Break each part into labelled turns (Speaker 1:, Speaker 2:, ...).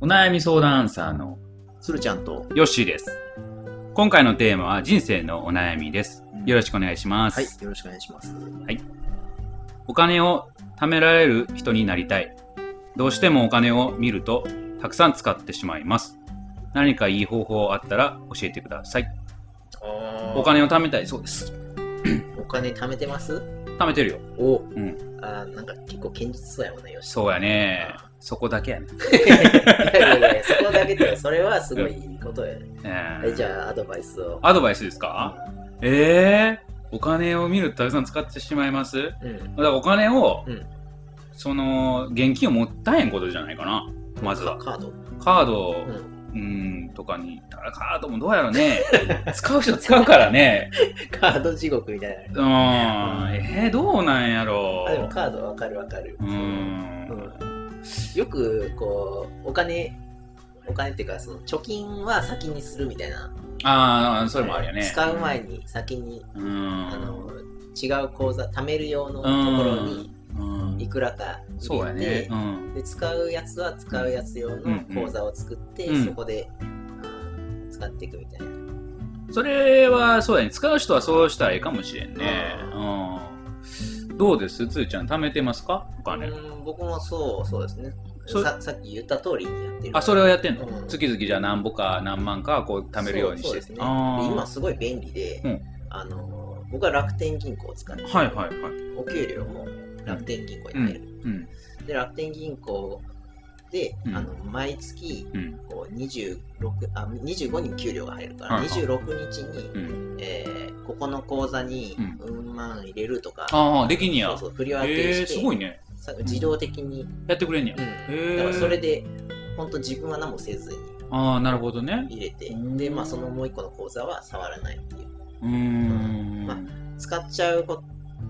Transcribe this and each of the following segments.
Speaker 1: お悩み相談アンサーの
Speaker 2: 鶴ちゃんと。
Speaker 1: ヨッシーです。今回のテーマは人生のお悩みです。よろしくお願いします。
Speaker 2: はい、よろしくお願いします。
Speaker 1: お金を貯められる人になりたい。どうしてもお金を見るとたくさん使ってしまいます。何かいい方法あったら教えてください。お金を貯めたいそうです。
Speaker 2: お金貯めてます
Speaker 1: 貯めてるよ。、
Speaker 2: お、うんあーなんか結構堅実そうやもんね、よし。
Speaker 1: そうやね。そこだけやね。
Speaker 2: いやいやいやそこだけで、それはすごいいいことやね。
Speaker 1: え
Speaker 2: はい、じゃあ、アドバイスを。
Speaker 1: アドバイスですかええお金を見るとたくさん使ってしまいます。
Speaker 2: うん。
Speaker 1: だからお金を、
Speaker 2: うん
Speaker 1: その現金を持ったへんことじゃないかなまずは
Speaker 2: カード。
Speaker 1: カード
Speaker 2: う。
Speaker 1: うんんとかにだからカードもどうやろ ね使う人使うからね
Speaker 2: カード地獄みたい
Speaker 1: うんえー、どうなんや
Speaker 2: な。
Speaker 1: ろ
Speaker 2: あ、でもカードわかるわかる。
Speaker 1: う
Speaker 2: うんん。よく、こう、お金、お金っていうか、その貯金は先にするみたいな。
Speaker 1: ああそれもあるよね
Speaker 2: 使う前に先に、
Speaker 1: うん
Speaker 2: あの、違う口座、貯める用のところに、
Speaker 1: うん
Speaker 2: いくらか入れて
Speaker 1: そうやねうん
Speaker 2: で使うやつは使うやつ用の口座を作って、
Speaker 1: うんうん
Speaker 2: そこで、うん使っていくみたいな。
Speaker 1: それはそうやね使う人はそうしたらいいかもしれんねうんどうですつーちゃん貯めてますかお金
Speaker 2: うん僕もそうそうですね
Speaker 1: そ
Speaker 2: さ。さっき言った通りにやってる。
Speaker 1: あ、それをやってんの、
Speaker 2: うん
Speaker 1: 月々じゃあ何歩か何万かこう貯めるようにして。
Speaker 2: そうそうですね。で
Speaker 1: あー
Speaker 2: 今すごい便利で、
Speaker 1: うん
Speaker 2: あの僕は楽天銀行を使って、
Speaker 1: はいはいはい。
Speaker 2: お給料も楽天銀行に入れる。
Speaker 1: うん。
Speaker 2: で楽天銀行で、
Speaker 1: うん
Speaker 2: あの毎月
Speaker 1: うん。
Speaker 2: こう26あ25に給料が入るから、
Speaker 1: はいはい
Speaker 2: 26日に、
Speaker 1: うん。
Speaker 2: えーここの口座にうん万入れるとか、
Speaker 1: ああ、できんねや。
Speaker 2: そうそう振り分け
Speaker 1: えー、
Speaker 2: して、
Speaker 1: すごいね。
Speaker 2: さ自動的に、
Speaker 1: やってくれんねや。
Speaker 2: だからそれで本当自分は何もせずに
Speaker 1: ああ、なるほどね。
Speaker 2: 入れて
Speaker 1: うん
Speaker 2: でまあそのもう一個の口座は触らないっていう
Speaker 1: うーん。
Speaker 2: ま使っちゃうこ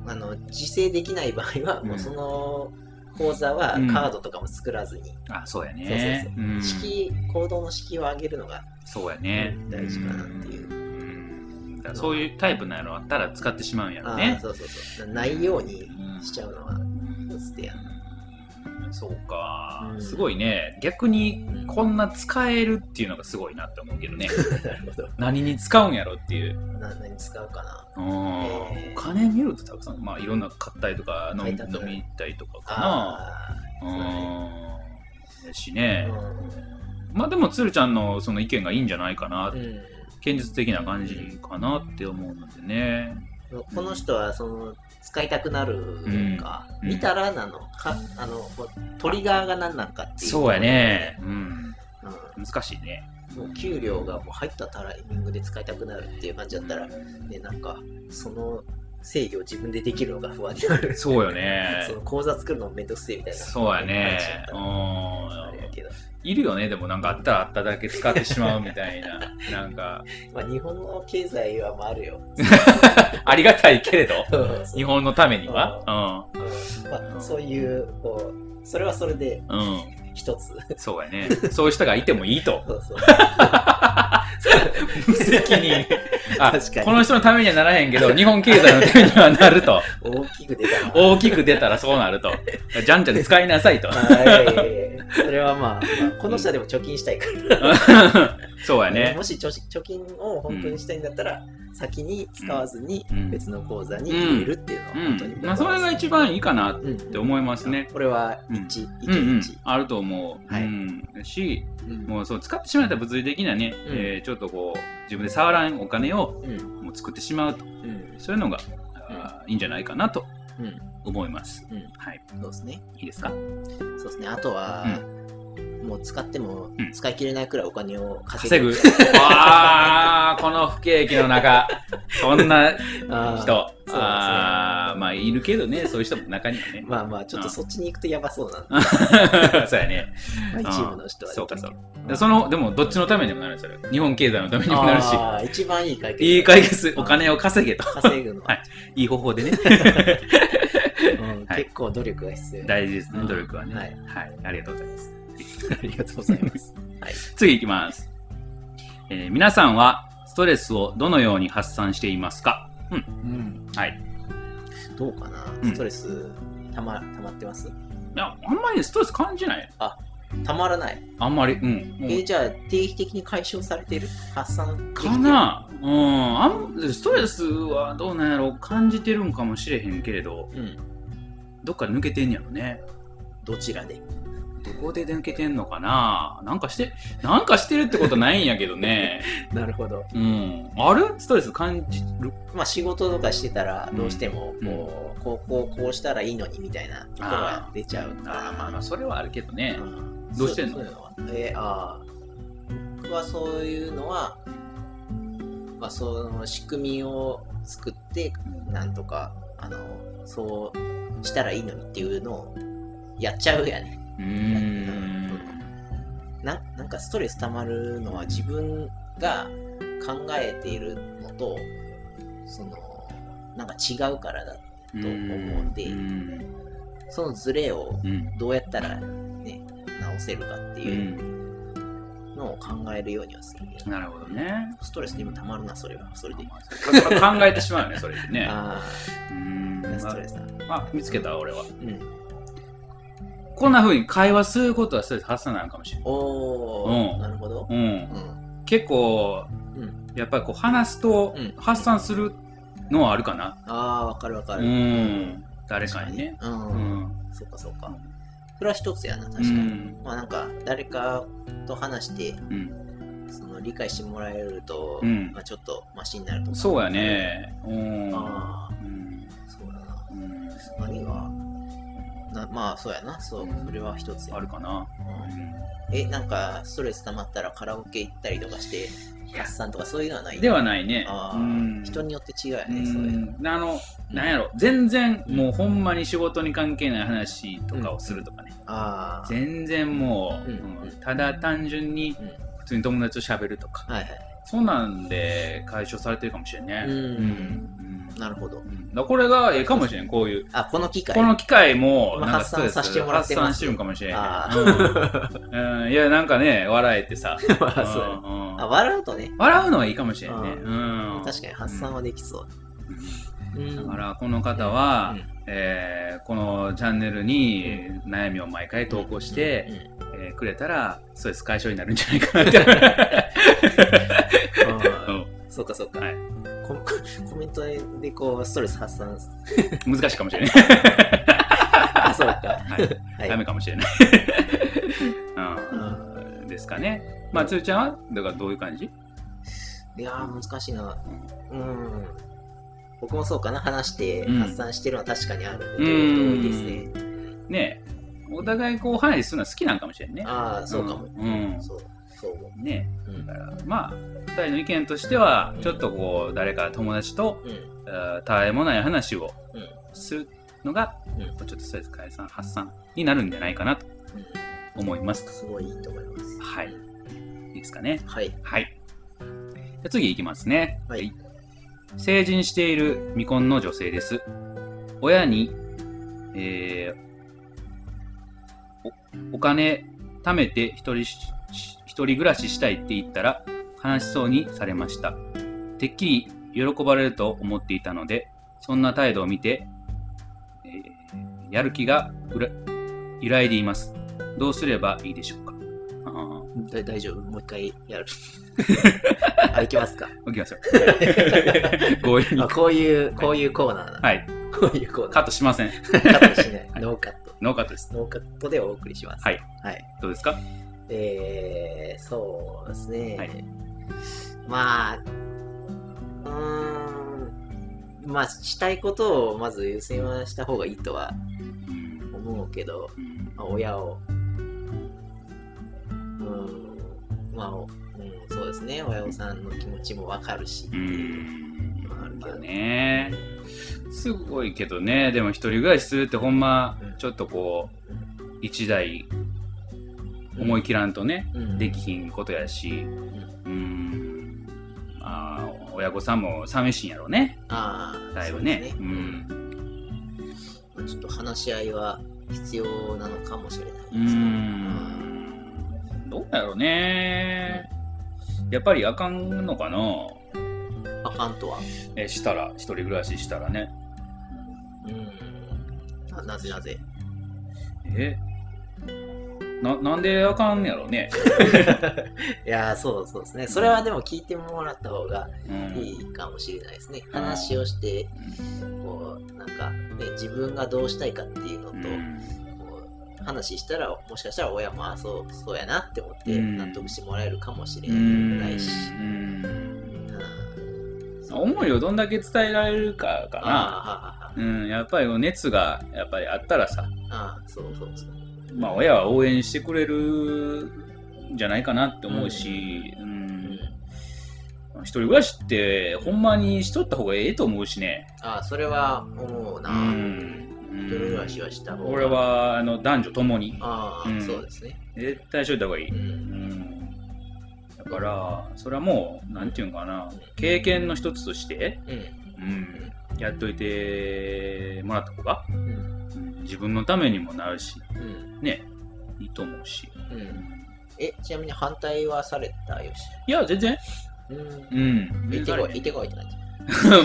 Speaker 2: あの自制できない場合は
Speaker 1: うん
Speaker 2: もうその口座は
Speaker 1: うん
Speaker 2: カードとかも作らずに、
Speaker 1: あ、そうやね。
Speaker 2: そうそう
Speaker 1: うん
Speaker 2: 式行動の式を上げるのが
Speaker 1: そうやね。
Speaker 2: 大事かなっていう
Speaker 1: う。ん。だからそういうタイプなのあったら使ってしまうんやろ
Speaker 2: あー
Speaker 1: ね。
Speaker 2: そうそうそうないように
Speaker 1: うん
Speaker 2: しちゃうのは捨てや な
Speaker 1: そうか、
Speaker 2: うん
Speaker 1: すごいね逆に
Speaker 2: うん
Speaker 1: こんな使えるっていうのがすごいなって思うけどね
Speaker 2: なるほど
Speaker 1: 何に使うんやろっていう
Speaker 2: な何使うかな
Speaker 1: うんお金見るとたくさんまあいろんな買ったりとか飲み
Speaker 2: 買いたく
Speaker 1: 飲み行ったりとかかな
Speaker 2: あ
Speaker 1: う
Speaker 2: ーそうだね
Speaker 1: んやしね、まあでもつるちゃんのその意見がいいんじゃないかな、
Speaker 2: うんうん
Speaker 1: 現実的な感じかなって思うのでね
Speaker 2: この人はその使いたくなるか、
Speaker 1: うん
Speaker 2: 見たらなのかあのこうトリガーが何なのかっていう
Speaker 1: そうやね、うん、
Speaker 2: うん、
Speaker 1: 難しいね
Speaker 2: もう給料がもう入ったタイミングで使いたくなるっていう感じだったら、ね、なんかその制御を自分でできるのが不安になる
Speaker 1: そうよね
Speaker 2: その口座作るのめんどくせえみたいな
Speaker 1: そうやね
Speaker 2: 感じだった
Speaker 1: う
Speaker 2: らあ
Speaker 1: ん
Speaker 2: れやけど、
Speaker 1: いるよね、でもなんかあったらあっただけ使ってしまうみたいな。なんか、
Speaker 2: まあ、日本の経済はまああるよ
Speaker 1: ありがたいけれど、
Speaker 2: そう
Speaker 1: 日本のためには。
Speaker 2: まあ、そういうこうそれはそれで
Speaker 1: うん。うん。
Speaker 2: 一つ
Speaker 1: そうやね。そういう人がいてもいいと。
Speaker 2: そうそう
Speaker 1: 無責 任。あ
Speaker 2: 確かに
Speaker 1: この人のためにはならへんけど、日本経済のためにはなる と。
Speaker 2: 大きく出たな
Speaker 1: 大きく出たらそうなると。じゃんじゃん使いなさ いと。
Speaker 2: はい、それはまあ、まあこの人はでも貯金したいか
Speaker 1: そう
Speaker 2: ら、
Speaker 1: やね
Speaker 2: も。し貯貯金を本当にしたいんだったら、先に使わずに
Speaker 1: うん
Speaker 2: 別の口座に入れるっていうのは
Speaker 1: う
Speaker 2: 本当に
Speaker 1: ん。まあ、それが一番いいかなっ
Speaker 2: うん、って
Speaker 1: 思いますね。
Speaker 2: これは
Speaker 1: うん
Speaker 2: 一、一、
Speaker 1: うんうん
Speaker 2: 一、、
Speaker 1: あると思う。
Speaker 2: はい
Speaker 1: うん。し、
Speaker 2: うん
Speaker 1: もうそう使ってしまった物理的なね、えーちょっとこう自分で触らんお金を
Speaker 2: うん、
Speaker 1: もう作ってしまうと
Speaker 2: うん、
Speaker 1: そういうのが、あーいいんじゃないかなと
Speaker 2: うん、
Speaker 1: 思います。
Speaker 2: うん
Speaker 1: はい、
Speaker 2: そうですね。
Speaker 1: いいですか？
Speaker 2: そうですね。あとは、もう使っても
Speaker 1: うん
Speaker 2: 使い切れないくらいお金を
Speaker 1: 稼
Speaker 2: 稼ぐ。
Speaker 1: ぐ。わあこの不景気の中そんな人
Speaker 2: あー
Speaker 1: あ
Speaker 2: すね
Speaker 1: あーまあいるけどねそういう人も中にはね。
Speaker 2: まあまあ、ちょっとそっちに行くとやばそうな、ま
Speaker 1: そうやね。
Speaker 2: あ、一部の人はね
Speaker 1: そうかそうか。そのでもどっちのためにもなるそれ。日本経済のためにもなるし。
Speaker 2: あー一番いい解決。
Speaker 1: いい解決、お金を稼げと。
Speaker 2: 稼ぐのは、
Speaker 1: はいいい方法でね。
Speaker 2: うん
Speaker 1: はい
Speaker 2: 結構努力が必要。
Speaker 1: 大事ですね、
Speaker 2: うん
Speaker 1: 努力はね。
Speaker 2: は
Speaker 1: はいい、ありがとうございます。
Speaker 2: ありがとうございます。はい。
Speaker 1: 次いきます、えー皆さんはストレスをどのように発散していますか
Speaker 2: うん。
Speaker 1: はい。
Speaker 2: どうかな、
Speaker 1: うん
Speaker 2: ストレスたま、たまってます
Speaker 1: いや、あんまりストレス感じない。
Speaker 2: あ、たまらない。
Speaker 1: あんまり、うん。
Speaker 2: え
Speaker 1: もう
Speaker 2: ーじゃあ定期的に解消されてる発散できてる
Speaker 1: かなうんあん。ストレスはどうなんやろう感じてるんかもしれへんけれど、
Speaker 2: うん。
Speaker 1: どっかで抜けてんやろね。
Speaker 2: どちらで
Speaker 1: どこで抜けてんのかななんかして、なんかしてるってことないんやけどね。
Speaker 2: なるほど。
Speaker 1: うん。あるストレス感じる
Speaker 2: まあ仕事とかしてたら
Speaker 1: うん
Speaker 2: どうしてもこう、こうこうこうしたらいいのにみたいなことが出ちゃうから
Speaker 1: あーまあまあ、それはあるけどね。
Speaker 2: うん
Speaker 1: どうしてんの
Speaker 2: そうそういうはえーあー僕はそういうのは、まあ、その仕組みを作ってなんとかあのそうしたらいいのにっていうのをやっちゃうやね
Speaker 1: うーん。
Speaker 2: ななんかストレス溜まるのは自分が考えているのとそのなんか違うからだ
Speaker 1: うん
Speaker 2: と思うんで
Speaker 1: うん。
Speaker 2: そのズレを
Speaker 1: うん。
Speaker 2: どうやったらね直せるかって
Speaker 1: う。
Speaker 2: いうんのを考えるようにはするけど
Speaker 1: なるほどね。
Speaker 2: ストレスにもたまるな、それは。それで。
Speaker 1: か考えてしまうよね、それでね。
Speaker 2: あ
Speaker 1: うーん
Speaker 2: あ、ストレスだ。
Speaker 1: あ、見つけた、俺は。
Speaker 2: うん。
Speaker 1: こんな風に会話することはストレス発散なのかもしれない。
Speaker 2: おー、
Speaker 1: うん
Speaker 2: なるほど。
Speaker 1: うん
Speaker 2: う。ん。
Speaker 1: 結構、
Speaker 2: うん
Speaker 1: やっぱりこう話すと
Speaker 2: うん
Speaker 1: 発散するのはあるかな。
Speaker 2: ああ、わかるわか
Speaker 1: う
Speaker 2: る。
Speaker 1: ん。誰かにね。
Speaker 2: う。
Speaker 1: うんん。
Speaker 2: そうか、そうか。それは一つやな、確
Speaker 1: う
Speaker 2: かに。
Speaker 1: ん。
Speaker 2: まあなんか、誰かと話して、
Speaker 1: うん。
Speaker 2: その理解してもらえると
Speaker 1: う、ん
Speaker 2: まあちょっとマシになるとか。
Speaker 1: そうや。ね。うん。
Speaker 2: ああ、
Speaker 1: うん。
Speaker 2: そうだな。
Speaker 1: うん
Speaker 2: 何が、なまあそうやな、そう、それは一つや。
Speaker 1: あるかな。
Speaker 2: うん
Speaker 1: う
Speaker 2: え、なんか、ストレス溜まったらカラオケ行ったりとかして、
Speaker 1: や
Speaker 2: 発散とかそういうのはない
Speaker 1: んではないね。
Speaker 2: ああ、
Speaker 1: うん
Speaker 2: 人によって違うよ
Speaker 1: う
Speaker 2: ね、そういうの。
Speaker 1: んあの、なんやろ、全然もうほんまに仕事に関係ない話とかをするとかね。
Speaker 2: ああ、
Speaker 1: 全然もう、
Speaker 2: うん
Speaker 1: うんただ単純に
Speaker 2: うん
Speaker 1: 普通に友達と喋るとか、
Speaker 2: はいは
Speaker 1: そんなんで解消されてるかもしれんね。
Speaker 2: うん
Speaker 1: うん
Speaker 2: い。なるほど
Speaker 1: う。んだからこれがええかもしれん、こういう。
Speaker 2: あ、この機会。
Speaker 1: この機会も
Speaker 2: 今
Speaker 1: なんかストレス
Speaker 2: 発散させてもらってます
Speaker 1: 発散してるんかもしれん
Speaker 2: あ
Speaker 1: うんうんいや、なんかね、笑えてさ。
Speaker 2: ま あそうや
Speaker 1: うんうん
Speaker 2: あ、笑うとね、
Speaker 1: 笑うのはいいかもしれんね。
Speaker 2: う
Speaker 1: うん
Speaker 2: 確かに発散はできそう。
Speaker 1: だ
Speaker 2: だ
Speaker 1: からこの方は、
Speaker 2: うん
Speaker 1: えーこのチャンネルに悩みを毎回投稿して、えーくれたらストレス解消になるんじゃないかな って。う
Speaker 2: そうかそうか
Speaker 1: は。
Speaker 2: コ コメントでこう、ストレス 発散。
Speaker 1: ん難しいかもしれない。
Speaker 2: あ、そうか。
Speaker 1: はい
Speaker 2: はい
Speaker 1: ダメかもし れない。うん、ですかね。まあ、つーちゃんはだからどういう感じ
Speaker 2: いやー、難しいな。うん。僕もそうかな、話して
Speaker 1: うん
Speaker 2: 発散してるのは確かにあるんで、
Speaker 1: うん
Speaker 2: 多いですね。
Speaker 1: ねえお互いこう話するのは好きなんかもしれんね。
Speaker 2: ああ、そうかも。
Speaker 1: うん
Speaker 2: そう、そう思う。
Speaker 1: ね
Speaker 2: う
Speaker 1: え
Speaker 2: ん
Speaker 1: だからまあ2人の意見としてはちょっとこう誰か友達と
Speaker 2: うん。
Speaker 1: えーたわいもない話を
Speaker 2: うん。
Speaker 1: するのが、
Speaker 2: うん
Speaker 1: ちょっとストレス解散発散になるんじゃないかなと
Speaker 2: うん
Speaker 1: 思います。
Speaker 2: すごいいいと思います。
Speaker 1: はい。いいですかね。
Speaker 2: はい。
Speaker 1: はい。じゃあ次いきますね。
Speaker 2: はい
Speaker 1: 成人している未婚の女性です。親に、えーおお金貯めて一人しし一人暮らししたいって言ったら悲しそうにされました。てっきり喜ばれると思っていたので、そんな態度を見て、えーやる気がうら揺らいでいます。どうすればいいでしょうかあー
Speaker 2: だ大丈夫もう一回や る。あ、いきますか。
Speaker 1: 行きましょう。 強引に
Speaker 2: あ。こういう、こういうコーナーな。
Speaker 1: はい。
Speaker 2: こういうコー
Speaker 1: カ
Speaker 2: ナ
Speaker 1: ッ
Speaker 2: ー。
Speaker 1: トしません。
Speaker 2: カットしない。ノーカット。
Speaker 1: ノーカットです。
Speaker 2: ノーカットでお送りします。
Speaker 1: はい。
Speaker 2: はい。
Speaker 1: どうですか
Speaker 2: えー、そうですね。
Speaker 1: はい
Speaker 2: まあ、うーん、まあ、したいことをまず優先はした方がいいとは
Speaker 1: うん
Speaker 2: 思うけど、
Speaker 1: うん
Speaker 2: まあ、親を、うーん、まあ、うん、そうですね。親御さんの気持ちもわかるしって
Speaker 1: う
Speaker 2: いう。
Speaker 1: ん
Speaker 2: まああるけど
Speaker 1: まあねすごいけどねでも一人暮らしするってほんま
Speaker 2: うん
Speaker 1: ちょっとこう一台思い切らんとね、
Speaker 2: うん
Speaker 1: できひんことやしうんまあ親御さんも寂しいんやろうね
Speaker 2: ああ、
Speaker 1: だいぶ
Speaker 2: そうで
Speaker 1: ね
Speaker 2: す
Speaker 1: う
Speaker 2: うん
Speaker 1: ん
Speaker 2: まあちょっと話し合いは必要なのかもしれないです
Speaker 1: う
Speaker 2: ね。
Speaker 1: んどうやろうねやっぱりあかんのかな
Speaker 2: あかんとは。
Speaker 1: えしたら一人暮らししたらね
Speaker 2: うん。ななぜなぜ。
Speaker 1: えななんであかんやろうね、
Speaker 2: いやーそうそうですね。それはでも聞いてもらった方が
Speaker 1: うん
Speaker 2: いいかもしれないですね。話をして、こう、なんか、ね、自分がどうしたいかっていうのと、
Speaker 1: うん
Speaker 2: こう話したら、もしかしたら親も、あそう、そうやなって思って、
Speaker 1: うん
Speaker 2: 納得してもらえるかもしれ
Speaker 1: う
Speaker 2: ないし。
Speaker 1: ん
Speaker 2: うん
Speaker 1: 思いをどんだけ伝えられるかかな
Speaker 2: あ
Speaker 1: うん、やっぱりこう熱がやっぱりあったらさ、
Speaker 2: ーあー、あーそうそうそう。
Speaker 1: まあ、親は応援してくれるんじゃないかなって思うし、うん一人暮らしってほんまにしとった方がええと思うしね、
Speaker 2: ああ、それは思うな。
Speaker 1: うん
Speaker 2: 一人暮らしはした方が。
Speaker 1: 俺。はあの男女ともに
Speaker 2: ああ、
Speaker 1: うん
Speaker 2: そうですね。
Speaker 1: 絶対しといた方がいい、
Speaker 2: う。
Speaker 1: うんん、だからそれはもうなんていうんかな経験の一つとして、
Speaker 2: うん。
Speaker 1: うん、やっといてもらった方が、
Speaker 2: うん。
Speaker 1: うん自分のためにもなるし
Speaker 2: うん。
Speaker 1: ねいいと思うし、
Speaker 2: うん。え、ちなみに反対はされたよし。
Speaker 1: いや全然
Speaker 2: うん。
Speaker 1: うん
Speaker 2: 行ってこい、行ってこいって感 じ。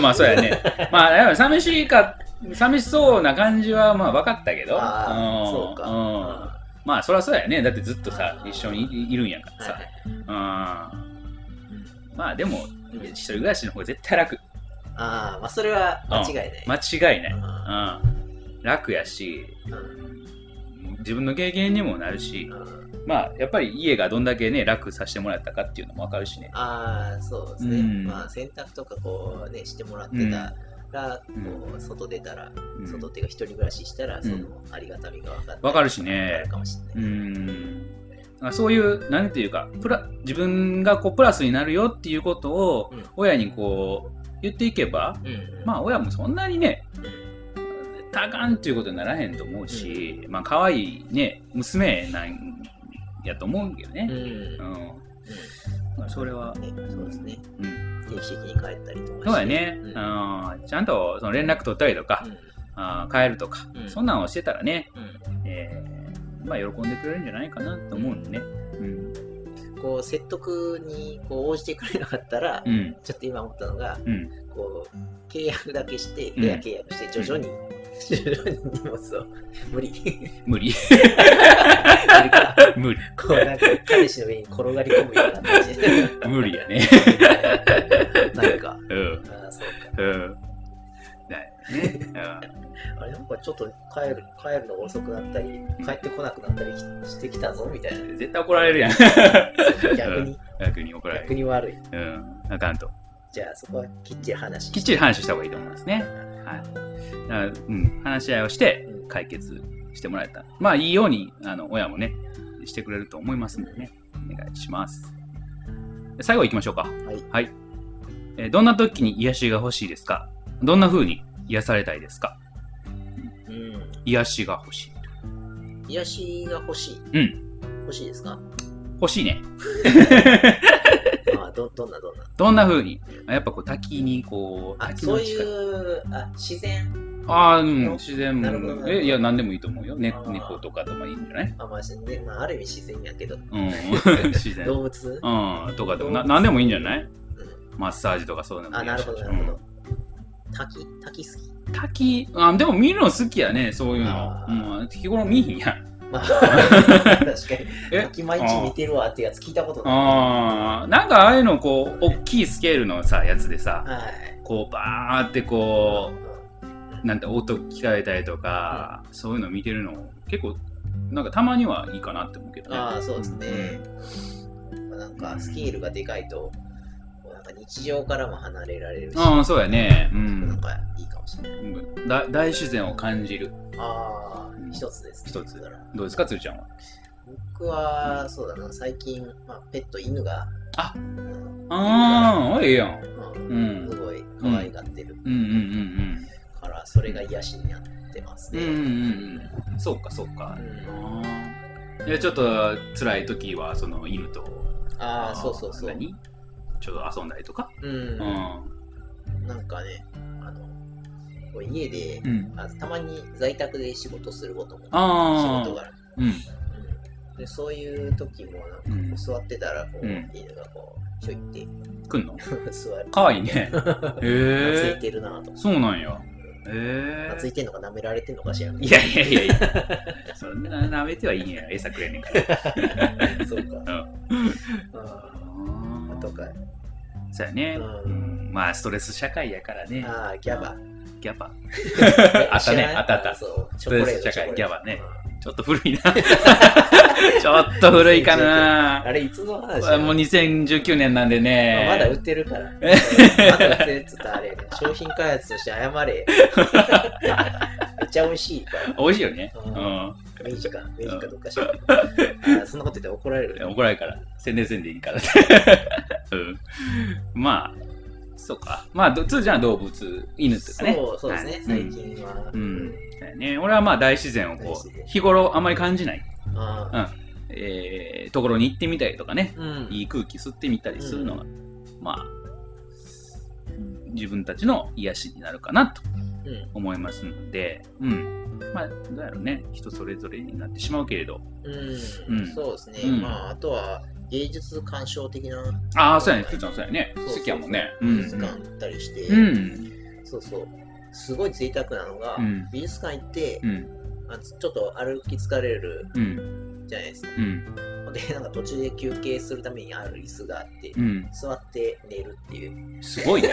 Speaker 1: まあそうやね。まあやっぱ寂しいか、寂しそうな感じはまあ分かったけど。
Speaker 2: ああ、
Speaker 1: ん
Speaker 2: そうか。
Speaker 1: ん
Speaker 2: は
Speaker 1: まあそりゃそうやね。だってずっとさ
Speaker 2: あ、ー
Speaker 1: 一緒にいいるんやか
Speaker 2: い
Speaker 1: ら
Speaker 2: は
Speaker 1: さ。
Speaker 2: い。
Speaker 1: うんまあでも、一人暮らしの方が絶対楽。
Speaker 2: ああ、まあそれは間違いない。
Speaker 1: 間違いない。
Speaker 2: あ
Speaker 1: うん楽やし、
Speaker 2: ー
Speaker 1: 自分の経験にもなるし
Speaker 2: う、ん
Speaker 1: まあやっぱり家がどんだけね、楽させてもらったかっていうのも分かるしね。
Speaker 2: あー、そうですね。
Speaker 1: うん
Speaker 2: まあ洗濯とかこうね、してもらってたら、
Speaker 1: うん
Speaker 2: こう、外出たら、
Speaker 1: うん
Speaker 2: 外っていうか一人暮らししたら、
Speaker 1: ん
Speaker 2: そのありがたみが分かったり
Speaker 1: わかるしね
Speaker 2: わかるかもし
Speaker 1: う
Speaker 2: れない。
Speaker 1: んあそういうなんていうかプラ自分がこうプラスになるよっていうことを
Speaker 2: うん
Speaker 1: 親にこう言っていけば、
Speaker 2: うん。
Speaker 1: ま
Speaker 2: あ、
Speaker 1: あ親もそんなにねたかんっていうことにならへんと思うし、まあ可愛いね娘なんやと思うけど
Speaker 2: う
Speaker 1: ね、
Speaker 2: ん
Speaker 1: う。んまあそれは、
Speaker 2: ねそうですね。
Speaker 1: うん、
Speaker 2: 定期的に帰ったりとかして
Speaker 1: そうやね、う
Speaker 2: うん
Speaker 1: ん、ちゃんとその連絡取ったりとか、あー帰るとか、
Speaker 2: うん
Speaker 1: そんなんをしてたらね、
Speaker 2: うんうん
Speaker 1: えーまあ喜んでくれるんじゃないかなと思うんでね、うん
Speaker 2: こう説得にこう応じてくれなかったら、
Speaker 1: うん
Speaker 2: ちょっと今思ったのが、
Speaker 1: うん
Speaker 2: こう契約だけして、
Speaker 1: うん
Speaker 2: レア契約して、徐々に、徐々に荷物を、 無理、
Speaker 1: 無理
Speaker 2: 無理か
Speaker 1: 無理
Speaker 2: こうなんか彼氏の上に転がり込むような感じ で、
Speaker 1: 無理やね
Speaker 2: なんか、
Speaker 1: うん
Speaker 2: ああ、そう
Speaker 1: うんだよねうん
Speaker 2: か、あれ、なんかちょっと帰る帰るのが遅くなったり、帰ってこなくなったりしてきたぞみたいな、
Speaker 1: 絶対怒られるやん
Speaker 2: 逆に、
Speaker 1: 逆に怒られ
Speaker 2: 逆
Speaker 1: る
Speaker 2: に悪い。
Speaker 1: うんあかんと
Speaker 2: じゃあ、そこはきっちり話して
Speaker 1: きっちり話した方がいいと思いますねはいだからうん話し合いをして解決してもらえたらまあいいようにあの親もねしてくれると思いますんでねお願いします最後行きましょうか
Speaker 2: はい
Speaker 1: はいえーどんな時に癒しが欲しいですかどんな風に癒されたいですか
Speaker 2: うん
Speaker 1: 癒しが欲しい
Speaker 2: 癒しが欲しい。
Speaker 1: う
Speaker 2: 欲しいですか
Speaker 1: 欲しいね
Speaker 2: ああどどんなどんな。
Speaker 1: どんな風にやっぱこう滝にこう
Speaker 2: あ、
Speaker 1: 滝
Speaker 2: そ
Speaker 1: の
Speaker 2: う
Speaker 1: 近
Speaker 2: いう、あ、自然、
Speaker 1: ああ、うん、
Speaker 2: の
Speaker 1: 自然
Speaker 2: なるほどなるほど
Speaker 1: えいや何でもいいと思うよ、ね
Speaker 2: あ、ー
Speaker 1: 猫とかでもいいんじゃない、
Speaker 2: あ、まあ、自然まあ、ある意味自然やけど、
Speaker 1: うん、 自然
Speaker 2: 動物、
Speaker 1: うんとかでもな
Speaker 2: 動物
Speaker 1: 何でもいいんじゃない
Speaker 2: うん
Speaker 1: マッサージとかそういうのもい
Speaker 2: あ、
Speaker 1: いし
Speaker 2: なるほど、なるほど。滝、滝好き。
Speaker 1: うん滝あでも見るの好きやねそういうの
Speaker 2: あ、ー
Speaker 1: うん、日頃見ひんやん
Speaker 2: まあ、 確か
Speaker 1: え
Speaker 2: に。滝毎日見てるわってやつ聞いたことない。
Speaker 1: あーなんかああいうのこう大きいスケールのさやつでさ
Speaker 2: はい。
Speaker 1: こうバーってこ
Speaker 2: う
Speaker 1: うなんて音聞かれたりとか、そういうの見てるの結構なんかたまにはいいかなって思うけど
Speaker 2: ん
Speaker 1: ね
Speaker 2: ああ、そうですね。なんか、スケールがでかいと、こうなんか日常からも離れられるし、
Speaker 1: ああそうやねう
Speaker 2: なん
Speaker 1: ん
Speaker 2: かいいかもしれない。
Speaker 1: だ大自然を感じる
Speaker 2: ああ、一つですね。
Speaker 1: 一つ
Speaker 2: だから
Speaker 1: どうですかつるちゃんは
Speaker 2: 僕は、そうだな、最近、まあ、ペット、犬が、
Speaker 1: あ
Speaker 2: うん
Speaker 1: ああいいやん
Speaker 2: うんすごい可愛がってる
Speaker 1: うんうん
Speaker 2: から、それが癒しになってます
Speaker 1: うんうんう
Speaker 2: ね。
Speaker 1: んうんうんそうかそうかあーえちょっと辛い時はその犬と
Speaker 2: ああ、そうそうそう。
Speaker 1: 何ちょっと遊んだりとか
Speaker 2: うん
Speaker 1: う。ん
Speaker 2: なんかね、あの、こう家で
Speaker 1: う、ん
Speaker 2: あたまに在宅で仕事することも、仕
Speaker 1: あ
Speaker 2: 事
Speaker 1: あ
Speaker 2: がある。
Speaker 1: うん
Speaker 2: うんでそういう時も、なんかこ
Speaker 1: うん
Speaker 2: う座ってたら、こう、
Speaker 1: うん
Speaker 2: 犬がこう、ちょいって
Speaker 1: 来んの
Speaker 2: 座る。
Speaker 1: かわいいね
Speaker 2: 懐
Speaker 1: へ
Speaker 2: い
Speaker 1: え
Speaker 2: てるなぁと。
Speaker 1: そうなんやえ
Speaker 2: 懐いてんのか舐められてんのか知らない。
Speaker 1: いやいやい やいや、そんな舐めてはいいんや、餌くれんねんから。
Speaker 2: そう か。うん。とか、
Speaker 1: そうやね、
Speaker 2: う
Speaker 1: うんんまあ、ストレス社会やからね、
Speaker 2: ああ、ギャバ。
Speaker 1: ギャバ。
Speaker 2: あ
Speaker 1: あったねあったあった
Speaker 2: そう、チ
Speaker 1: トレ
Speaker 2: ョコ
Speaker 1: ス
Speaker 2: レー
Speaker 1: 社
Speaker 2: ト。
Speaker 1: 会
Speaker 2: チョコレート
Speaker 1: ギャバね。
Speaker 2: うん
Speaker 1: ちょっと古いな。 ちょっと古いかな。
Speaker 2: あれ、いつの話
Speaker 1: これもう2019年なんでね。
Speaker 2: まだ売ってるから。ま
Speaker 1: え
Speaker 2: だ売ってるっつったらあ れ、商品開発として謝れ。めっちゃ美味しいから。
Speaker 1: 美味しいよね。
Speaker 2: うん
Speaker 1: うん。
Speaker 2: 明治か、明治かどっかしらんけど。あーそんなこと言ったら怒られる。
Speaker 1: 怒られるから。宣伝せんでいいから。 うん。まあ、そうか。まあ、ど通じゃん動物、犬とかね。
Speaker 2: そうそうですね、
Speaker 1: はい
Speaker 2: 最近は。
Speaker 1: うん。そうやね、俺はまあ大自然を
Speaker 2: 大
Speaker 1: こ
Speaker 2: 自
Speaker 1: う
Speaker 2: 然
Speaker 1: 日頃あまり感じない、
Speaker 2: あ
Speaker 1: えーところに行ってみたりとかね
Speaker 2: ーうん。
Speaker 1: いい空気吸ってみたりするのが、まあ自分たちの癒しになるかなと
Speaker 2: うん
Speaker 1: 思いますので、うん、まあどうやろうね人それぞれになってしまうけれど
Speaker 2: うん
Speaker 1: うん
Speaker 2: そうですね、
Speaker 1: うん
Speaker 2: まあ、あとは芸術鑑賞的な
Speaker 1: ああそうやねつーちゃんそうやね
Speaker 2: そうそう
Speaker 1: 好きやもんねう
Speaker 2: 美
Speaker 1: ん
Speaker 2: 術館行ったりして、
Speaker 1: うん
Speaker 2: そうそうすごい贅沢なのが、
Speaker 1: うん
Speaker 2: 美術館行って
Speaker 1: う、ん
Speaker 2: あちょっと歩き疲れる
Speaker 1: うん
Speaker 2: じゃないですか
Speaker 1: うん
Speaker 2: でなんか途中で休憩するためにある椅子があって、
Speaker 1: うん
Speaker 2: 座って寝るっていう
Speaker 1: すごい ね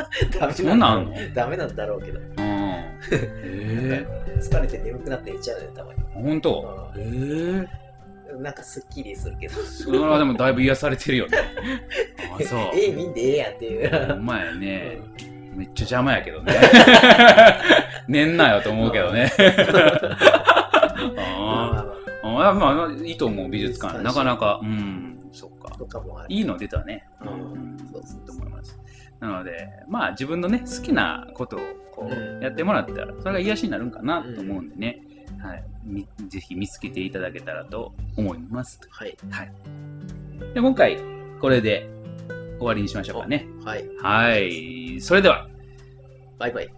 Speaker 2: ダメ
Speaker 1: そんなんあんの
Speaker 2: だろうダメなんだろうけど、
Speaker 1: うんへえ
Speaker 2: 疲れて眠くなって寝ちゃうよたまに
Speaker 1: ほんとへえ
Speaker 2: なんかすっきりするけど
Speaker 1: それはでもだいぶ癒されてるよ ねあそう
Speaker 2: 絵見ん でええやんっていう
Speaker 1: ほんまやね。めっちゃ邪魔やけど ね。寝んなよと思うけどね。 あ
Speaker 2: まあま
Speaker 1: ー
Speaker 2: あ
Speaker 1: あ、まあ、まあ、いいと思う、美術館。
Speaker 2: 美術館
Speaker 1: なかなか、うん、そっか。
Speaker 2: とかもある
Speaker 1: いいの出たね。
Speaker 2: うん
Speaker 1: そうそうと思います。なので、まあ、自分のね、好きなことをこ
Speaker 2: うん
Speaker 1: うやってもらったら、それが癒しになるんかなと思うんでね。はい、みぜひ見つけていただけたらと思います。
Speaker 2: はい
Speaker 1: で今回、これで終わりにしましょうかね。
Speaker 2: はい
Speaker 1: はい。それでは、
Speaker 2: バイバイ